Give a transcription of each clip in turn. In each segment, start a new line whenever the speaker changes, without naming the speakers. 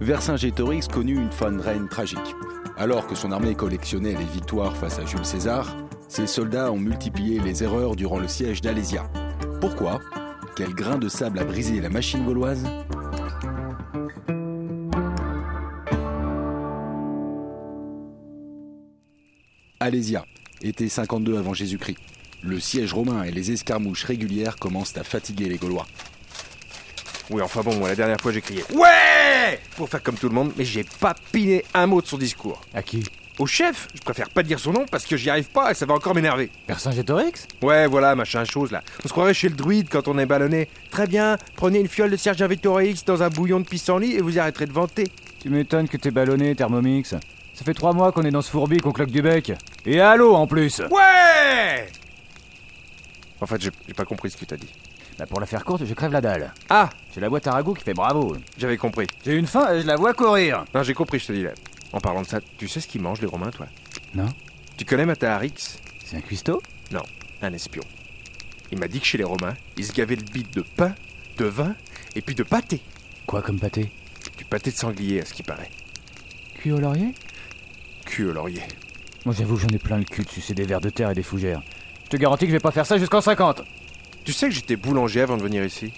Vercingétorix connut une fin de règne tragique. Alors que son armée collectionnait les victoires face à Jules César, ses soldats ont multiplié les erreurs durant le siège d'Alésia. Pourquoi Quel grain de sable a brisé la machine gauloise Alésia, été 52 avant Jésus-Christ. Le siège romain et les escarmouches régulières commencent à fatiguer les Gaulois.
Oui, enfin bon, moi, la dernière fois, j'ai crié Ouais Pour faire comme tout le monde, mais j'ai pas piné un mot de son discours.
À qui
Au chef, je préfère pas dire son nom parce que j'y arrive pas et ça va encore m'énerver.
Vercingétorix
Ouais, voilà, machin chose là. On se croirait chez le druide quand on est ballonné. Très bien, prenez une fiole de Sergent Victorix dans un bouillon de pissenlit et vous arrêterez de vanter.
Tu m'étonnes que t'es ballonné, Thermomix. Ça fait trois mois qu'on est dans ce fourbi qu'on cloque du bec. Et à l'eau en plus
Ouais En fait, j'ai j'ai pas compris ce que t'as dit.
Bah pour la faire courte, je crève la dalle.
Ah,
J'ai la boîte à ragoût qui fait bravo.
j'avais compris.
J'ai une faim et je la vois courir.
Non, j'ai compris, je te dis là. En parlant de ça, tu sais ce qu'ils mangent les Romains, toi
Non.
Tu connais Mataharix
C'est un cuistot
Non, un espion. Il m'a dit que chez les Romains, ils se gavaient le bide de pain, de vin et puis de pâté.
Quoi comme pâté
Du pâté de sanglier, à ce qui paraît.
Cuit au laurier
Cul au laurier.
Moi j'avoue j'en ai plein le cul de sucer des vers de terre et des fougères. Je te garantis que je vais pas faire ça jusqu'en 50
Tu sais que j'étais boulanger avant de venir ici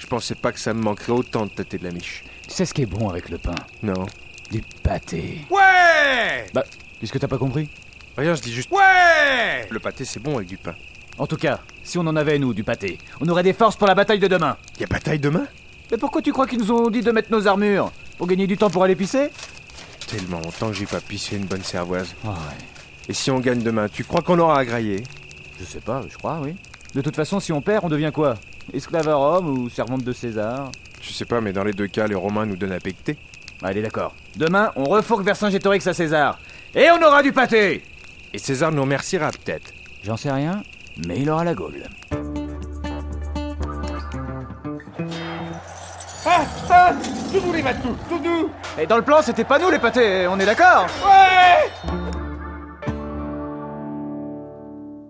Je pensais pas que ça me manquerait autant de tâter de la miche.
Tu sais ce qui est bon avec le pain
Non.
Du pâté.
Ouais
Bah, qu'est-ce que t'as pas compris
Rien, je dis juste ouais Le pâté, c'est bon avec du pain.
En tout cas, si on en avait nous du pâté, on aurait des forces pour la bataille de demain.
Y a bataille demain
Mais pourquoi tu crois qu'ils nous ont dit de mettre nos armures Pour gagner du temps pour aller pisser
Tellement longtemps que j'ai pas pissé une bonne cervoise.
Ah ouais,
Et si on gagne demain, tu crois qu'on aura à grailler
je sais pas, je crois, oui. De toute façon, si on perd, on devient quoi Esclave à Rome ou servante de César
Je sais pas, mais dans les deux cas, les Romains nous donnent à pecter.
Bah, Allez, d'accord. Demain, on refourgue Vercingétorix à César. Et on aura du pâté
Et César nous remerciera peut-être.
J'en sais rien, mais il aura la gaule.
Ah, ah, tout doux les matous, tout doux
Et dans le plan, c'était pas nous les pâtés, on est d'accord
Ouais